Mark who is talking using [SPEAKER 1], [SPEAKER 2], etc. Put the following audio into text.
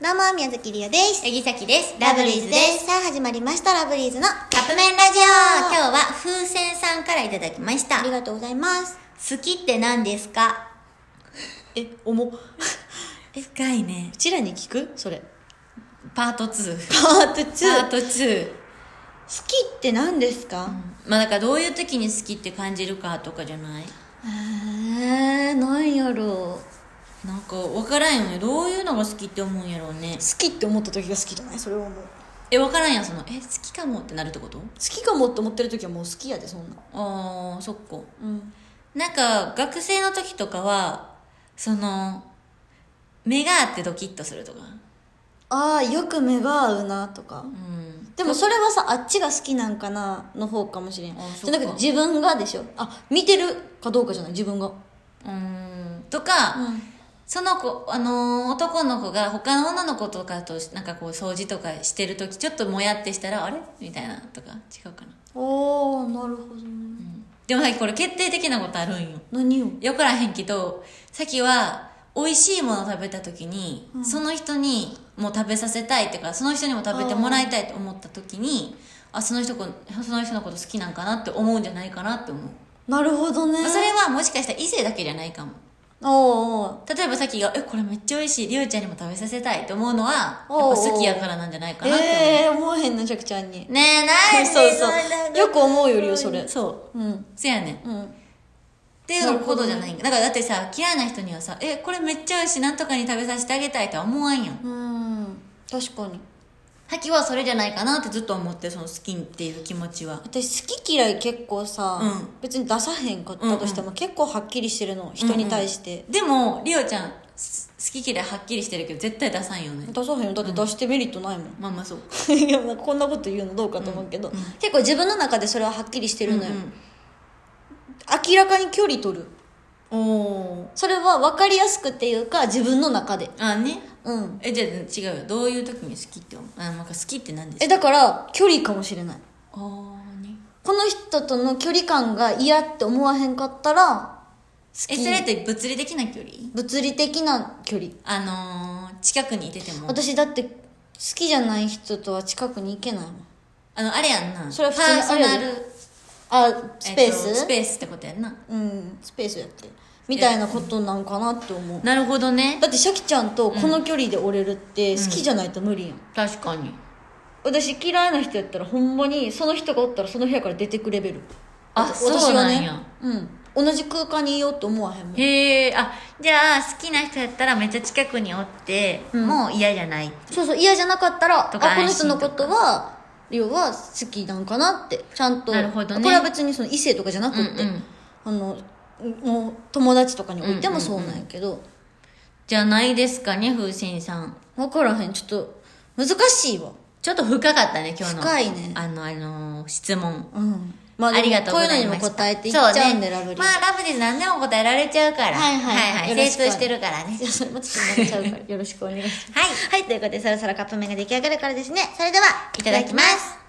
[SPEAKER 1] どうも、宮崎りおです。
[SPEAKER 2] えぎさきです
[SPEAKER 1] さあ、始まりました、ラブリーズの。あ
[SPEAKER 2] カップ麺ラジオ今日は風船さんからいただきました
[SPEAKER 1] りがとうございます。
[SPEAKER 2] 好きって何ですか
[SPEAKER 3] え、重っ。う
[SPEAKER 2] 深いね
[SPEAKER 3] ちらに聞くそれ。
[SPEAKER 2] パート2
[SPEAKER 3] パート
[SPEAKER 2] パー
[SPEAKER 3] 2。
[SPEAKER 2] ト2
[SPEAKER 1] 好きって何ですか
[SPEAKER 2] まあだからどういう時に好きって感じるかとかじゃない
[SPEAKER 1] えー、なんやろう。
[SPEAKER 2] なんか分からんよねどういうのが好きって思うんやろうね
[SPEAKER 3] 好きって思った時が好きじゃないそれはもう。好
[SPEAKER 2] え分からんやんそのえ好きかもってなるってこと
[SPEAKER 3] きかもって思ってる時はもう好きやで、そんな。
[SPEAKER 2] ああそっか
[SPEAKER 3] うん。
[SPEAKER 2] なんか学生の時とかはその目があってドキッとするとか
[SPEAKER 3] ああ、よく目が合うな、とか。
[SPEAKER 2] うん
[SPEAKER 3] でもそれはさ、あっちが好きなんかな、の方かもしれん。
[SPEAKER 2] あそっか
[SPEAKER 3] じゃなくて自分がでしょ。あ、見てるかどうかじゃない、自分が。
[SPEAKER 2] うんとか、
[SPEAKER 3] うん
[SPEAKER 2] その子、あのー男の子が他の女の子とかとなんかこう掃除とかしてる時ちょっともやってしたらあれみたいなとか違うかな、
[SPEAKER 3] おー、なるほど
[SPEAKER 2] う
[SPEAKER 3] ね。
[SPEAKER 2] んでもさっきこれ決定的なことあるんよ
[SPEAKER 3] 何を
[SPEAKER 2] よからへんけどさっきは美味しいもの食べた時に、その人にも食べさせたいっていうかその人にも食べてもらいたいと思った時にあその人こその人のこと好きなんかなって思うんじゃないかなって思う、
[SPEAKER 3] なるほどね。
[SPEAKER 2] まあそれはもしかしたら異性だけじゃないかも
[SPEAKER 3] おーお
[SPEAKER 2] 例えばさっきが「えこれめっちゃ美味しいりゅうちゃんにも食べさせたい」と思うのはやっぱ
[SPEAKER 3] おうおう
[SPEAKER 2] 好きやからなんじゃないか
[SPEAKER 3] ー。
[SPEAKER 2] なって思う、
[SPEAKER 3] ええー、思わへんな、ちゃくちゃんに。
[SPEAKER 2] ねえない
[SPEAKER 3] そうそう。よく思うよりよ、それ。
[SPEAKER 2] そ
[SPEAKER 3] うん
[SPEAKER 2] う。せやねんっ
[SPEAKER 3] うん。
[SPEAKER 2] ていうことじゃないんだだからだってさ嫌いな人にはさ「えこれめっちゃ美味しいなんとかに食べさせてあげたい」とは思わんやん
[SPEAKER 3] うん確かに
[SPEAKER 2] さっきはそれじゃないかなってずっと思ってその好きっていう気持ちは
[SPEAKER 3] 私好き嫌い結構さ、
[SPEAKER 2] うん
[SPEAKER 3] 別に出さへんかったとしても結構はっきりしてるの人に対して、
[SPEAKER 2] でもりおちゃんす好き嫌いはっきりしてるけど絶対出さんよね
[SPEAKER 3] 出さへんよだって出してメリットないもん、
[SPEAKER 2] まあまあそ う
[SPEAKER 3] いやなんかこんなこと言うのどうかと思うけど、結構自分の中でそれははっきりしてるのよ、
[SPEAKER 2] うん
[SPEAKER 3] 明らかに距離取る
[SPEAKER 2] うんおー
[SPEAKER 3] それは分かりやすくっていうか自分の中で
[SPEAKER 2] あね
[SPEAKER 3] うん
[SPEAKER 2] えじゃあ違うよどういう時に好きって思うあなんか好きって何ですか
[SPEAKER 3] えだから距離かもしれない
[SPEAKER 2] あーね
[SPEAKER 3] この人との距離感が嫌って思わへんかったら
[SPEAKER 2] えそれって物理的な距離
[SPEAKER 3] 物理的な距離
[SPEAKER 2] あのー、近くにいてても
[SPEAKER 3] 私だって好きじゃない人とは近くに行けないもん
[SPEAKER 2] あのあれやんな
[SPEAKER 3] それは普通に
[SPEAKER 2] パーソ
[SPEAKER 3] あれ
[SPEAKER 2] ナル
[SPEAKER 3] やあスペー
[SPEAKER 2] えっ
[SPEAKER 3] ス、
[SPEAKER 2] とスペースってことやんな
[SPEAKER 3] うんスペースやってみたいなことなんかなって思う
[SPEAKER 2] なるほどね
[SPEAKER 3] だってシャキちゃんとこの距離で折れるって好きじゃないと無理やん、
[SPEAKER 2] 確かに
[SPEAKER 3] 私嫌いな人やったらほんまにその人がおったらその部屋から出てくレベル
[SPEAKER 2] あ
[SPEAKER 3] わた
[SPEAKER 2] そうなんや
[SPEAKER 3] うん同じ空間にいようと思わへんもん
[SPEAKER 2] へえあじゃあ好きな人やったらめっちゃ近くにおって、もう嫌じゃない
[SPEAKER 3] そうそう嫌じゃなかったら
[SPEAKER 2] と
[SPEAKER 3] あ
[SPEAKER 2] か
[SPEAKER 3] この人の
[SPEAKER 2] 安
[SPEAKER 3] こ
[SPEAKER 2] 心
[SPEAKER 3] と
[SPEAKER 2] か
[SPEAKER 3] とは要は好きなんかなってちゃんと
[SPEAKER 2] なるほどね
[SPEAKER 3] これは別にその異性とかじゃなくって、
[SPEAKER 2] うんうん
[SPEAKER 3] あのもう友達とかにおいてもそうなんやけど、
[SPEAKER 2] じゃないですかね風船さん
[SPEAKER 3] 分からへんちょっと難しいわ
[SPEAKER 2] ちょっと深かったね今日の
[SPEAKER 3] 深いね
[SPEAKER 2] あのあのー質問
[SPEAKER 3] うんまあ
[SPEAKER 2] あ
[SPEAKER 3] で
[SPEAKER 2] りが
[SPEAKER 3] も
[SPEAKER 2] とう
[SPEAKER 3] こう
[SPEAKER 2] ご
[SPEAKER 3] いう
[SPEAKER 2] ざ
[SPEAKER 3] の
[SPEAKER 2] い
[SPEAKER 3] に
[SPEAKER 2] ま
[SPEAKER 3] も
[SPEAKER 2] した
[SPEAKER 3] 答えていっちゃうんで、
[SPEAKER 2] そ
[SPEAKER 3] ラ
[SPEAKER 2] ね
[SPEAKER 3] ブリー、
[SPEAKER 2] まあラブリーズ何でも答えられちゃうから
[SPEAKER 3] はいはいよろ
[SPEAKER 2] 精
[SPEAKER 3] しく
[SPEAKER 2] 通してるからね
[SPEAKER 3] いやそれもちょっとなっちゃうからよろしくお願いします
[SPEAKER 2] はい
[SPEAKER 1] はい、ということで、そろそろカップ麺が出来上がるからですね。それでは、
[SPEAKER 2] いただきます